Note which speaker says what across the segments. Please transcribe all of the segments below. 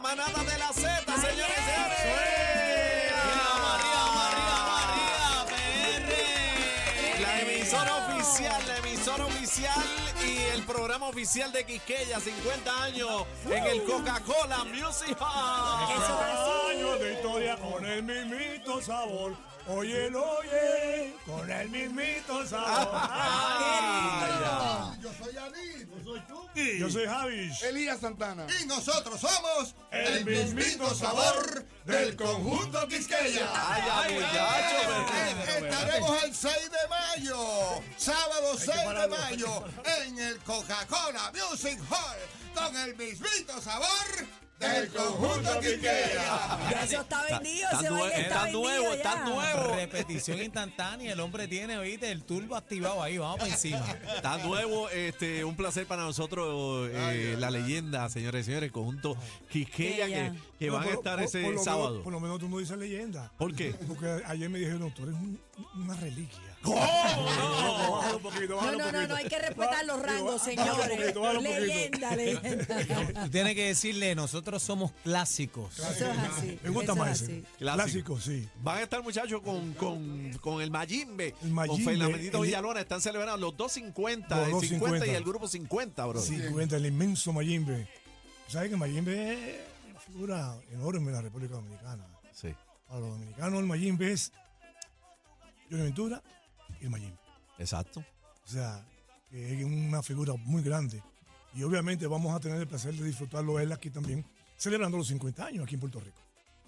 Speaker 1: manada de la Z, señores y señores. María, María, María, PR. La emisora oficial, la emisora oficial y el programa oficial de Quisqueya, 50 años en el Coca-Cola Music Hall.
Speaker 2: Eso es así.
Speaker 3: Años de historia con el mismito sabor. Oye, oye, con el mismito sabor.
Speaker 4: Yo soy David. Yo soy Chucky.
Speaker 3: Yo soy Javis.
Speaker 5: Elías Santana.
Speaker 4: Y nosotros somos
Speaker 3: El mismito sabor del conjunto
Speaker 4: Quisqueya.
Speaker 1: Ay, ay, muchacho, pero-
Speaker 4: Estaremos el 6 de mayo, sábado 6 de
Speaker 3: pararlo, hay que
Speaker 4: mayo, en el Coca-Cola Music Hall, con el mismito sabor del conjunto Quisqueya.
Speaker 2: Eso está vendido,
Speaker 1: Está
Speaker 2: ese
Speaker 1: nue-
Speaker 2: baile está
Speaker 1: está
Speaker 2: vendido
Speaker 1: nuevo,
Speaker 2: ya.
Speaker 1: está nuevo.
Speaker 6: Repetición instantánea, el hombre tiene, oíste, el turbo activado ahí, vamos para encima.
Speaker 1: Está nuevo, este, un placer para nosotros, eh, la leyenda, señores y señores, el conjunto Quisqueya
Speaker 2: Quisqueya.
Speaker 1: que, que van a estar ese sábado.
Speaker 3: por lo menos tú no dices leyenda.
Speaker 1: ¿Por qué?
Speaker 3: Porque ayer me dijeron, tú eres un- una reliquia. Bájalo un poquito,
Speaker 2: No,
Speaker 3: bájalo
Speaker 2: no,
Speaker 3: un
Speaker 2: no, no,
Speaker 3: poquito.
Speaker 2: hay que respetar los rangos,
Speaker 3: Bájalo un
Speaker 2: señores.
Speaker 3: poquito, bájalo un poquito.
Speaker 2: Leyenda, leyenda.
Speaker 6: Tú tienes que decirle, nosotros somos clásicos.
Speaker 2: Eso es así.
Speaker 3: Me gusta
Speaker 2: Ah, eso
Speaker 3: más
Speaker 2: es
Speaker 3: ese.
Speaker 2: así.
Speaker 1: Clásico.
Speaker 3: Clásico, sí.
Speaker 1: Van a estar muchachos con, con, con el Mayimbe,
Speaker 3: El Mayimbe,
Speaker 1: con Fernandito
Speaker 3: el-
Speaker 1: Villalona, están celebrando los 250,
Speaker 3: Los
Speaker 1: el 50,
Speaker 3: 250.
Speaker 1: y el grupo 50, bro.
Speaker 3: Sí, cuenta el inmenso Mayimbe. ¿Sabes que Mayimbe es una figura enorme en la República Dominicana?
Speaker 1: Sí,
Speaker 3: Para los dominicanos, el Mayimbe es Johnny Ventura y el Mayimbe.
Speaker 1: exacto.
Speaker 3: O sea, que es una figura muy grande. Y obviamente vamos a tener el placer de disfrutarlo él aquí también, celebrando los 50 años aquí en Puerto Rico.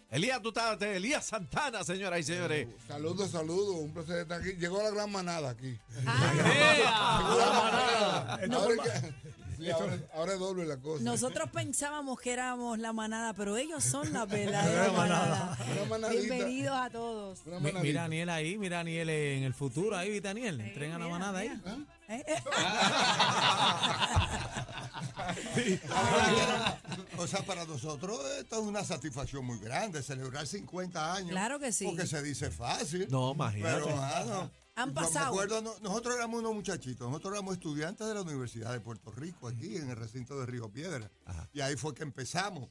Speaker 1: Elías, tú estás, de Elías Santana, señoras y señores.
Speaker 5: Saludos, saludos. Un placer estar aquí. Llegó la gran manada aquí.
Speaker 3: Ah.
Speaker 2: Ah,
Speaker 1: ¡Ea!
Speaker 3: Esto
Speaker 5: Ahora,
Speaker 3: forma-
Speaker 5: es que- sí, ahora- ahora es doble la cosa.
Speaker 2: Nosotros pensábamos que éramos la manada, pero ellos son la verdadera
Speaker 3: La
Speaker 2: manada.
Speaker 3: manada.
Speaker 5: Una manadita.
Speaker 2: Bienvenidos a todos.
Speaker 5: Una
Speaker 6: Mi-
Speaker 5: manadita.
Speaker 6: Mira a Daniel ahí, mira a Daniel en el futuro ahí, ¿viste, Daniel? Entrega la
Speaker 2: mira,
Speaker 6: manada ahí.
Speaker 2: mira. Eh, eh,
Speaker 3: Ah.
Speaker 4: O sea, para nosotros esto es una satisfacción muy grande, celebrar 50 años.
Speaker 2: Claro que sí.
Speaker 4: Porque se dice fácil.
Speaker 1: No, imagínate.
Speaker 4: Pero, ah, no.
Speaker 2: Han
Speaker 4: Yo
Speaker 2: pasado.
Speaker 4: Me acuerdo, no- nosotros éramos unos muchachitos, nosotros éramos estudiantes de la Universidad de Puerto Rico, aquí en el recinto de Río Piedra. Y ahí fue que empezamos.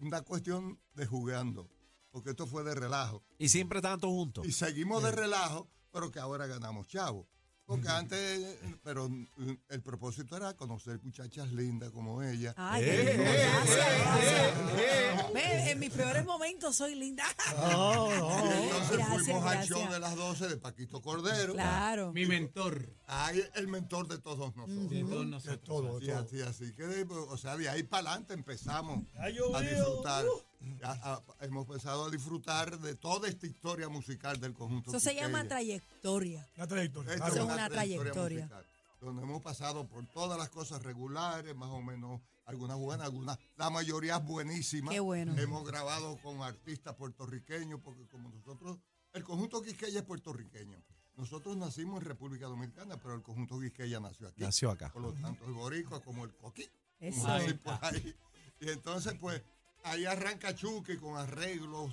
Speaker 4: Una cuestión de jugando, porque esto fue de relajo.
Speaker 1: Y siempre están todos juntos.
Speaker 4: Y seguimos
Speaker 6: Eh.
Speaker 4: de relajo, pero que ahora ganamos chavo. Porque antes, pero mm, el propósito era conocer muchachas lindas como ella.
Speaker 2: Ay, qué
Speaker 1: Eh,
Speaker 2: lindo,
Speaker 1: eh,
Speaker 2: gracias,
Speaker 1: eh,
Speaker 2: gracias.
Speaker 1: eh,
Speaker 2: Ve, en mis peores momentos soy linda.
Speaker 3: Ah.
Speaker 4: Y entonces
Speaker 2: Gracias,
Speaker 4: fuimos al show
Speaker 2: gracias.
Speaker 4: de las 12 de Paquito Cordero.
Speaker 2: Claro.
Speaker 6: Mi mentor.
Speaker 4: Ahí el mentor de todos nosotros.
Speaker 6: De todos nosotros.
Speaker 3: todo,
Speaker 4: Y
Speaker 3: todo.
Speaker 4: así, así que, de- o sea, de ahí para adelante empezamos a disfrutar.
Speaker 6: Uh.
Speaker 4: A- a- hemos empezado a disfrutar de toda esta historia musical del conjunto.
Speaker 2: Eso se llama
Speaker 4: Quisqueya.
Speaker 2: trayectoria.
Speaker 3: Una trayectoria.
Speaker 4: Esta
Speaker 3: claro.
Speaker 2: Eso es una trayectoria.
Speaker 4: musical, donde hemos pasado por todas las cosas regulares, más o menos, algunas buenas, algunas, la mayoría buenísimas.
Speaker 2: Qué bueno.
Speaker 4: Hemos grabado con artistas puertorriqueños, porque como nosotros, el conjunto Quisqueya es puertorriqueño. Nosotros nacimos en República Dominicana, pero el conjunto Quisqueya nació aquí.
Speaker 1: Nació acá.
Speaker 4: Por lo tanto, el boricua como el coquí.
Speaker 2: Eso.
Speaker 4: como dicen por ahí. Y entonces, pues, ahí arranca Chucky con arreglos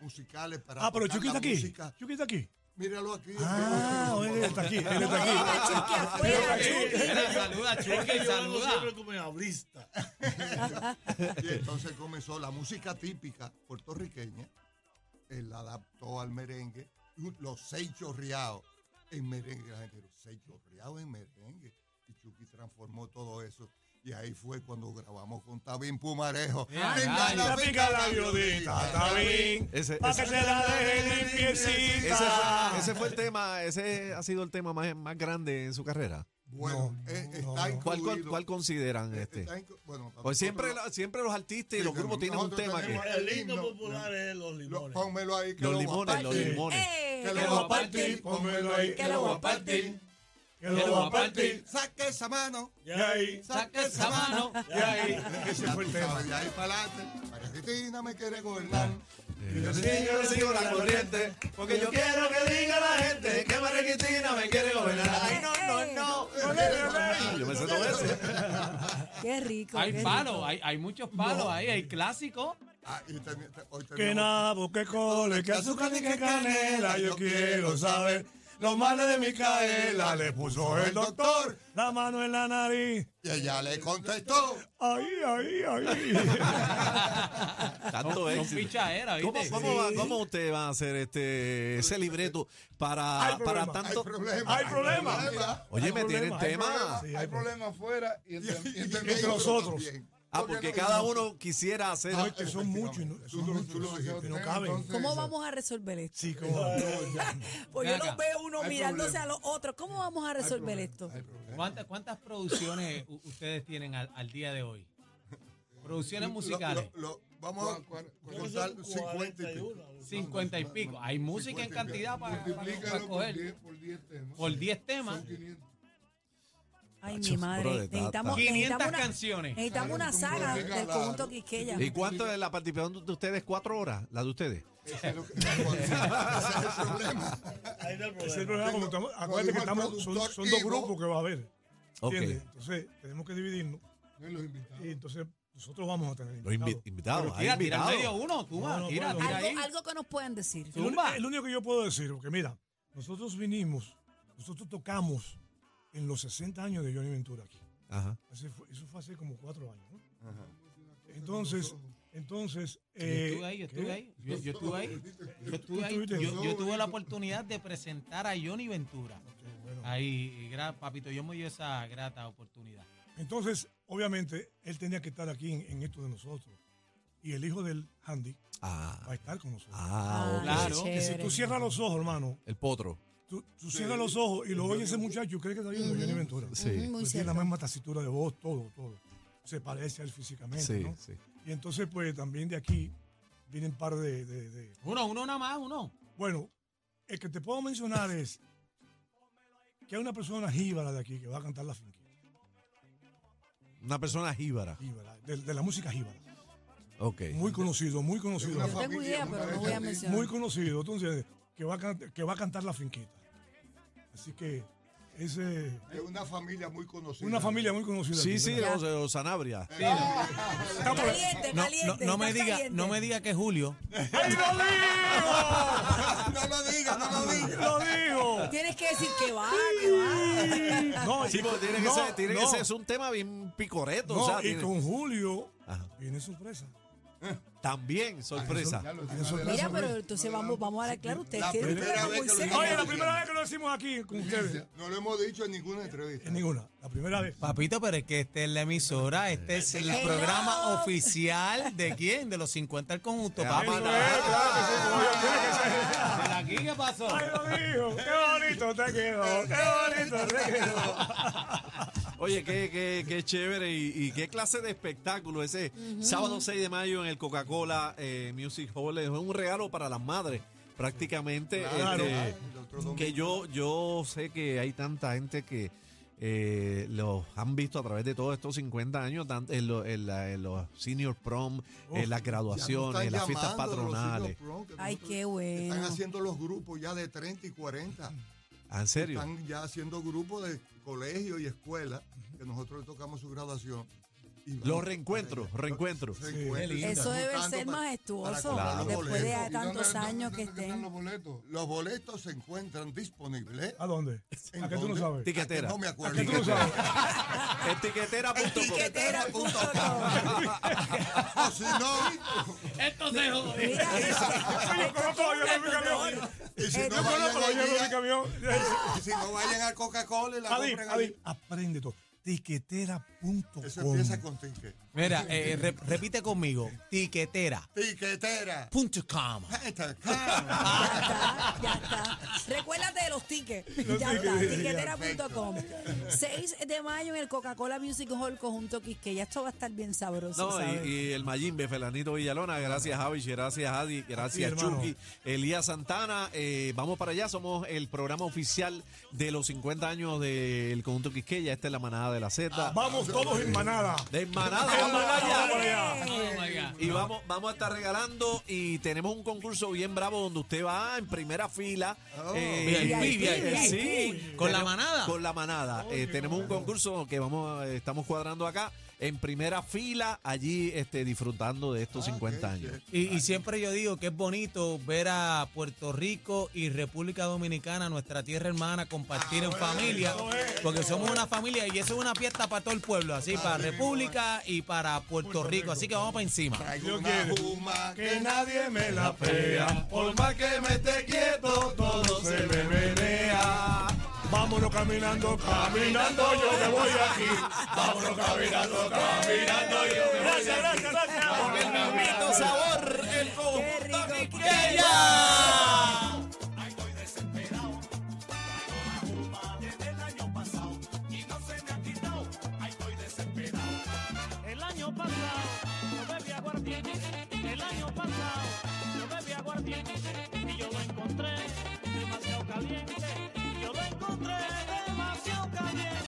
Speaker 4: musicales para
Speaker 3: Ah, pero
Speaker 4: tocar
Speaker 3: Chucky
Speaker 4: la
Speaker 3: está aquí.
Speaker 4: música.
Speaker 3: Chucky está aquí.
Speaker 4: Míralo aquí.
Speaker 3: Ah, él está aquí. Él
Speaker 2: No dejen
Speaker 3: está
Speaker 2: a
Speaker 3: aquí.
Speaker 2: Chucky afuera, Chucky.
Speaker 6: Saluda, Chucky, saluda.
Speaker 5: como abrista.
Speaker 4: Y entonces comenzó la música típica puertorriqueña, él la adaptó al merengue, y los seis chorreados en merengue, la gente, los seis chorreados en merengue. Y Chucky transformó todo eso. Y ahí fue cuando grabamos con Tabín Pumarejo.
Speaker 6: Ya,
Speaker 4: Venga,
Speaker 6: ya,
Speaker 4: la
Speaker 6: ya.
Speaker 4: pica la viudita, Tabín.
Speaker 1: Ese,
Speaker 3: Pa'
Speaker 1: ese-
Speaker 3: que se la dejen
Speaker 1: ese
Speaker 3: limpiecita.
Speaker 1: fue, ese fue el tema, ese ha sido el tema más, más grande en su carrera.
Speaker 4: Bueno,
Speaker 3: No,
Speaker 4: eh,
Speaker 3: no,
Speaker 4: está
Speaker 3: no.
Speaker 1: ¿Cuál, cuál,
Speaker 4: incluido-
Speaker 1: cuál consideran
Speaker 4: eh,
Speaker 1: este?
Speaker 4: está inclu- bueno,
Speaker 1: Pues siempre,
Speaker 4: nosotros-
Speaker 1: la- siempre los artistas y los
Speaker 4: sí,
Speaker 1: grupos tienen un
Speaker 4: nosotros
Speaker 1: tema que...
Speaker 4: tenemos
Speaker 5: El
Speaker 4: el
Speaker 5: lindo
Speaker 4: himno,
Speaker 5: popular es los
Speaker 4: lo-
Speaker 5: limones.
Speaker 4: pónmelo ahí. que
Speaker 1: Los
Speaker 4: lo voy a
Speaker 1: limones, los
Speaker 4: partir.
Speaker 1: limones.
Speaker 2: Eh,
Speaker 4: Que
Speaker 2: que
Speaker 4: lo
Speaker 2: lo
Speaker 4: voy a partir,
Speaker 2: partir.
Speaker 4: pónmelo ahí.
Speaker 2: Que lo voy a partir.
Speaker 3: Que lo va a
Speaker 4: partir. Saque esa mano.
Speaker 5: Y ahí,
Speaker 6: Ah,
Speaker 4: Saque esa mano.
Speaker 5: y ahí.
Speaker 3: Ese fue el tema.
Speaker 4: De ahí para adelante. María Cristina me quiere gobernar.
Speaker 1: Yo sí, yo sigo la corriente, porque yo quiero que diga la gente que Marrequitina me quiere gobernar. Ay, no, no, no. Yo me sé todo eso.
Speaker 2: Qué rico.
Speaker 6: Hay
Speaker 2: qué
Speaker 6: palos,
Speaker 2: rico.
Speaker 6: hay, hay muchos palos ahí, hay clásicos.
Speaker 4: Ah, y también- te- hoy
Speaker 3: Que
Speaker 4: tenemos-
Speaker 3: nabo, que cole, que azúcar y que canela, yo quiero saber los males de Micaela. Le puso el doctor la mano en la nariz.
Speaker 4: Y ella le contestó.
Speaker 3: Ay, ay, ay.
Speaker 1: tanto
Speaker 6: Son- son
Speaker 1: éxito.
Speaker 6: pichadera, ¿viste?
Speaker 1: ¿Cómo, cómo
Speaker 6: Sí.
Speaker 1: va- cómo usted va a hacer este ese libreto para,
Speaker 3: Hay
Speaker 1: para
Speaker 3: problema,
Speaker 1: tanto?
Speaker 3: Hay problema.
Speaker 1: Oye,
Speaker 3: Hay
Speaker 1: me tienen
Speaker 3: problema, hay
Speaker 1: tema.
Speaker 3: problema. Sí,
Speaker 5: hay
Speaker 3: hay problema.
Speaker 5: problemas fuera y entre, y entre
Speaker 3: entre
Speaker 5: nosotros
Speaker 3: nosotros.
Speaker 5: también.
Speaker 1: Ah,
Speaker 5: ¿Por qué
Speaker 1: porque
Speaker 5: no?
Speaker 1: cada uno quisiera hacer.
Speaker 3: No, es que son muchos y no, son
Speaker 5: Tú lo-
Speaker 3: muchos,
Speaker 5: tú lo
Speaker 3: sí,
Speaker 5: dijiste,
Speaker 3: no caben.
Speaker 5: entonces-
Speaker 2: ¿Cómo vamos a resolver esto?
Speaker 3: Sí, como-
Speaker 2: Pues
Speaker 6: Ven
Speaker 2: yo
Speaker 6: acá.
Speaker 2: los veo uno
Speaker 5: Hay
Speaker 2: mirándose
Speaker 5: problema.
Speaker 2: a los otros. ¿Cómo vamos a resolver esto?
Speaker 5: Hay problemas.
Speaker 6: ¿Cuántas, cuántas producciones u- ustedes tienen al, al día de hoy? Producciones musicales.
Speaker 4: Lo- lo- vamos a
Speaker 5: ¿Cuál- cuál-
Speaker 4: contar 50 y pico.
Speaker 6: 50 y pico. Hay música en
Speaker 4: 50 y pico.
Speaker 6: cantidad para, para- para
Speaker 5: Multiplícalo por
Speaker 6: coger.
Speaker 5: 10 por 10 temas.
Speaker 6: Por 10 temas,
Speaker 5: Son 500.
Speaker 2: Ay, mi madre.
Speaker 1: brother, está-
Speaker 2: Necesitamos,
Speaker 1: está-
Speaker 2: necesitamos
Speaker 6: 500
Speaker 2: una,
Speaker 6: canciones.
Speaker 2: necesitamos una saga del conjunto Quisqueya.
Speaker 1: ¿Y cuánto es la participación de ustedes? ¿Cuatro horas? ¿La de ustedes?
Speaker 5: Ese es lo que- ese es el problema.
Speaker 3: Ese es el problema, como estamos- acuérdate que estamos, son, son dos grupos que va a haber.
Speaker 1: Ok.
Speaker 3: ¿Entiendes? Entonces, tenemos que dividirnos.
Speaker 5: No, y los invitados.
Speaker 3: Y entonces, nosotros vamos a tener
Speaker 1: Los invi-
Speaker 3: invitados.
Speaker 1: invitados. hay
Speaker 6: Tira, tira al
Speaker 1: invitados.
Speaker 6: medio uno, tú vas,
Speaker 3: No, no,
Speaker 6: tira,
Speaker 3: no,
Speaker 6: tira ahí.
Speaker 2: Algo, algo que nos puedan decir.
Speaker 3: El único-
Speaker 6: Zumba.
Speaker 3: El único que yo puedo decir, porque mira, nosotros vinimos, nosotros tocamos en los 60 años de Johnny Ventura aquí.
Speaker 1: Ajá.
Speaker 3: Así fue- eso fue hace como cuatro años. ¿no? Entonces, entonces.
Speaker 6: Yo
Speaker 3: eh,
Speaker 6: estuve ahí, yo
Speaker 3: ¿qué?
Speaker 6: estuve ahí, yo, yo estuve ahí, yo estuve ahí,
Speaker 3: estuviste?
Speaker 6: yo, yo tuve la oportunidad de presentar a Johnny Ventura. Ahí, y gra- papito, yo me dio esa grata oportunidad.
Speaker 3: Entonces, obviamente, él tenía que estar aquí en, en esto de nosotros. Y el hijo del Handy va a
Speaker 1: Ah,
Speaker 3: estar con nosotros.
Speaker 1: ah, ok.
Speaker 6: claro.
Speaker 2: qué
Speaker 3: Que si
Speaker 2: chévere.
Speaker 3: tú cierras los ojos, hermano,
Speaker 1: El potro.
Speaker 3: tú, tú cierras los ojos y lo oyes ese muchacho, crees que está viendo Johnny Ventura.
Speaker 1: Sí,
Speaker 2: Muy
Speaker 3: Pues tiene
Speaker 2: cierto.
Speaker 3: la misma tacitura de voz, todo, todo. Se parece a él físicamente,
Speaker 1: sí,
Speaker 3: ¿no?
Speaker 1: sí.
Speaker 3: Y entonces, pues, también de aquí vienen un par de- de- de,
Speaker 6: Uno, uno nada más, uno.
Speaker 3: Bueno, el que te puedo mencionar es que hay una persona jíbara de aquí que va a cantar la finquita.
Speaker 1: Una persona jíbara.
Speaker 3: jíbara, de, de la música jíbara.
Speaker 1: Ok.
Speaker 3: Muy conocido, muy conocido.
Speaker 5: una
Speaker 2: Yo tengo idea, pero no voy a mencionar.
Speaker 3: Muy conocido, entonces, que va a, can- que va a cantar la finquita. Así que es eh,
Speaker 4: Es una familia muy conocida.
Speaker 3: una familia muy conocida.
Speaker 1: Sí,
Speaker 3: aquí,
Speaker 1: sí,
Speaker 3: ¿verdad?
Speaker 1: los, los Sanabria.
Speaker 3: Está por ahí.
Speaker 2: Caliente,
Speaker 6: No, no,
Speaker 2: caliente.
Speaker 6: no me
Speaker 2: está
Speaker 6: diga,
Speaker 2: caliente.
Speaker 6: no me diga que es Julio.
Speaker 4: No lo digas, no lo digas.
Speaker 3: ¡Lo dijo!
Speaker 2: Tienes que decir que va, que va.
Speaker 3: No,
Speaker 1: Sí, porque tiene que
Speaker 3: no,
Speaker 1: ser, tiene que
Speaker 3: no,
Speaker 1: ser- es un tema bien picoreto.
Speaker 3: no,
Speaker 1: o sea,
Speaker 3: y
Speaker 1: tiene-
Speaker 3: con Julio
Speaker 1: Ajá.
Speaker 3: viene sorpresa.
Speaker 1: También,
Speaker 3: Ah,
Speaker 1: sorpresa.
Speaker 5: Ya lo
Speaker 3: Tiene sorpresa.
Speaker 2: Mira, pero entonces vamos, vamos a dar claro, ustedes
Speaker 4: La
Speaker 2: tienen un
Speaker 4: primera
Speaker 2: programa
Speaker 4: vez
Speaker 2: muy
Speaker 4: que lo
Speaker 2: serio.
Speaker 4: digo.
Speaker 3: Oye, la primera vez que lo decimos aquí con ustedes.
Speaker 4: No lo hemos dicho en ninguna entrevista.
Speaker 3: En ninguna, la primera vez.
Speaker 6: Papito, pero es que este es la emisora, este es el
Speaker 2: Hello.
Speaker 6: programa oficial de quién, de los 50 al conjunto, papi.
Speaker 1: Eso es,
Speaker 6: ¿De aquí qué pasó?
Speaker 3: Ay, lo dijo. Qué bonito te quedó. Qué bonito te quedó.
Speaker 1: Oye, qué, qué, qué chévere y, y qué clase de espectáculo ese sábado 6 de mayo en el Coca-Cola eh, Music Hall. Es un regalo para las madres, prácticamente.
Speaker 3: Claro.
Speaker 1: este,
Speaker 4: El otro domingo.
Speaker 1: que yo, yo sé que hay tanta gente que eh, los han visto a través de todos estos 50 años, tan- en, lo- en la- en los senior prom, en las graduaciones, en las fiestas patronales.
Speaker 2: Ay, qué bueno.
Speaker 4: Están haciendo los grupos ya de 30 y 40.
Speaker 1: Ah, ¿En serio?
Speaker 4: Están ya haciendo grupos de colegio y escuela que nosotros le tocamos su graduación. Y vamos
Speaker 1: Los
Speaker 4: para
Speaker 1: reencuentros,
Speaker 4: allá.
Speaker 1: reencuentros.
Speaker 4: Los reencuentros.
Speaker 6: Qué lindo.
Speaker 2: Eso debe
Speaker 4: Juntando
Speaker 2: ser
Speaker 4: para- para
Speaker 2: majestuoso
Speaker 4: comprar
Speaker 1: Claro.
Speaker 4: los
Speaker 2: después
Speaker 4: boletos.
Speaker 2: de
Speaker 5: ¿Y dónde-
Speaker 2: tantos
Speaker 5: dónde-
Speaker 2: años que
Speaker 5: dónde están
Speaker 2: estén.
Speaker 5: los boletos?
Speaker 4: Los boletos se encuentran disponibles.
Speaker 1: Ah,
Speaker 3: ¿A dónde?
Speaker 4: ¿En
Speaker 3: ¿A qué tú no
Speaker 4: dónde?
Speaker 3: sabes?
Speaker 1: Tiquetera.
Speaker 4: No me acuerdo.
Speaker 3: ¿Qué tú no sabes?
Speaker 1: Etiquetera.com.
Speaker 2: Tiquetera.com.
Speaker 4: O si no,
Speaker 6: Esto se jode.
Speaker 2: Mira,
Speaker 3: Yo conozco a Yellow Mi Camión.
Speaker 4: y si
Speaker 2: Eh,
Speaker 4: no
Speaker 3: Yo conozco a Yellow Mi Camión.
Speaker 4: vayan allí a- y si no vayan a Coca-Cola y la
Speaker 3: Adi,
Speaker 4: compren
Speaker 3: Adi,
Speaker 4: allí.
Speaker 3: aprende todo. Tiquetera.com.
Speaker 4: Eso empieza con ticket.
Speaker 6: Mira, eh, rep- repite conmigo, tiquetera.com.
Speaker 4: Tiquetera. Esta-
Speaker 2: Ya está, ya está. Recuérdate de los tickets. Ya está,
Speaker 3: tickets.
Speaker 2: tiquetera.com. 6 de mayo en el Coca-Cola Music Hall, conjunto Quisqueya. Esto va a estar bien sabroso,
Speaker 1: No,
Speaker 2: ¿sabes?
Speaker 1: y, y el Mayimbe, Felanito Villalona, gracias Javi, gracias Adi, gracias
Speaker 3: Sí, hermano.
Speaker 1: Chucky, Elías Santana. eh, vamos para allá, somos el programa oficial de los 50 años del conjunto Quisqueya. Esta es la manada de la Z.
Speaker 3: Vamos todos en manada.
Speaker 1: de manada, vamos
Speaker 3: manada,
Speaker 1: para allá.
Speaker 3: Ah, vamos para allá.
Speaker 1: Y vamos, vamos a estar regalando y tenemos un concurso bien bravo donde usted va en primera fila. eh,
Speaker 6: VIP,
Speaker 2: VIP.
Speaker 1: Sí.
Speaker 6: ¿Con la
Speaker 1: Tenemos-
Speaker 6: manada?
Speaker 1: Con la manada. Eh, tenemos un concurso que vamos, a- eh, estamos cuadrando acá. en primera fila allí este, disfrutando de estos
Speaker 7: Ah,
Speaker 1: 50
Speaker 7: ok,
Speaker 1: años.
Speaker 7: sí.
Speaker 6: Y, y siempre yo digo que es bonito ver a Puerto Rico y República Dominicana, nuestra tierra hermana, compartir en familia, porque somos una familia y eso es una fiesta para todo el pueblo, así, para República y para Ah, Puerto Rico. Así que vamos para encima.
Speaker 7: Traigo
Speaker 4: Yo
Speaker 7: una
Speaker 4: quiero
Speaker 7: juma
Speaker 4: Que nadie me la pea, por más que me esté quieto, todo se me menea. Vámonos caminando, caminando, yo me voy aquí. Vámonos caminando, caminando, yo me voy aquí. Gracias, gracias, gracias.
Speaker 2: Qué rico.
Speaker 1: ¡Ella!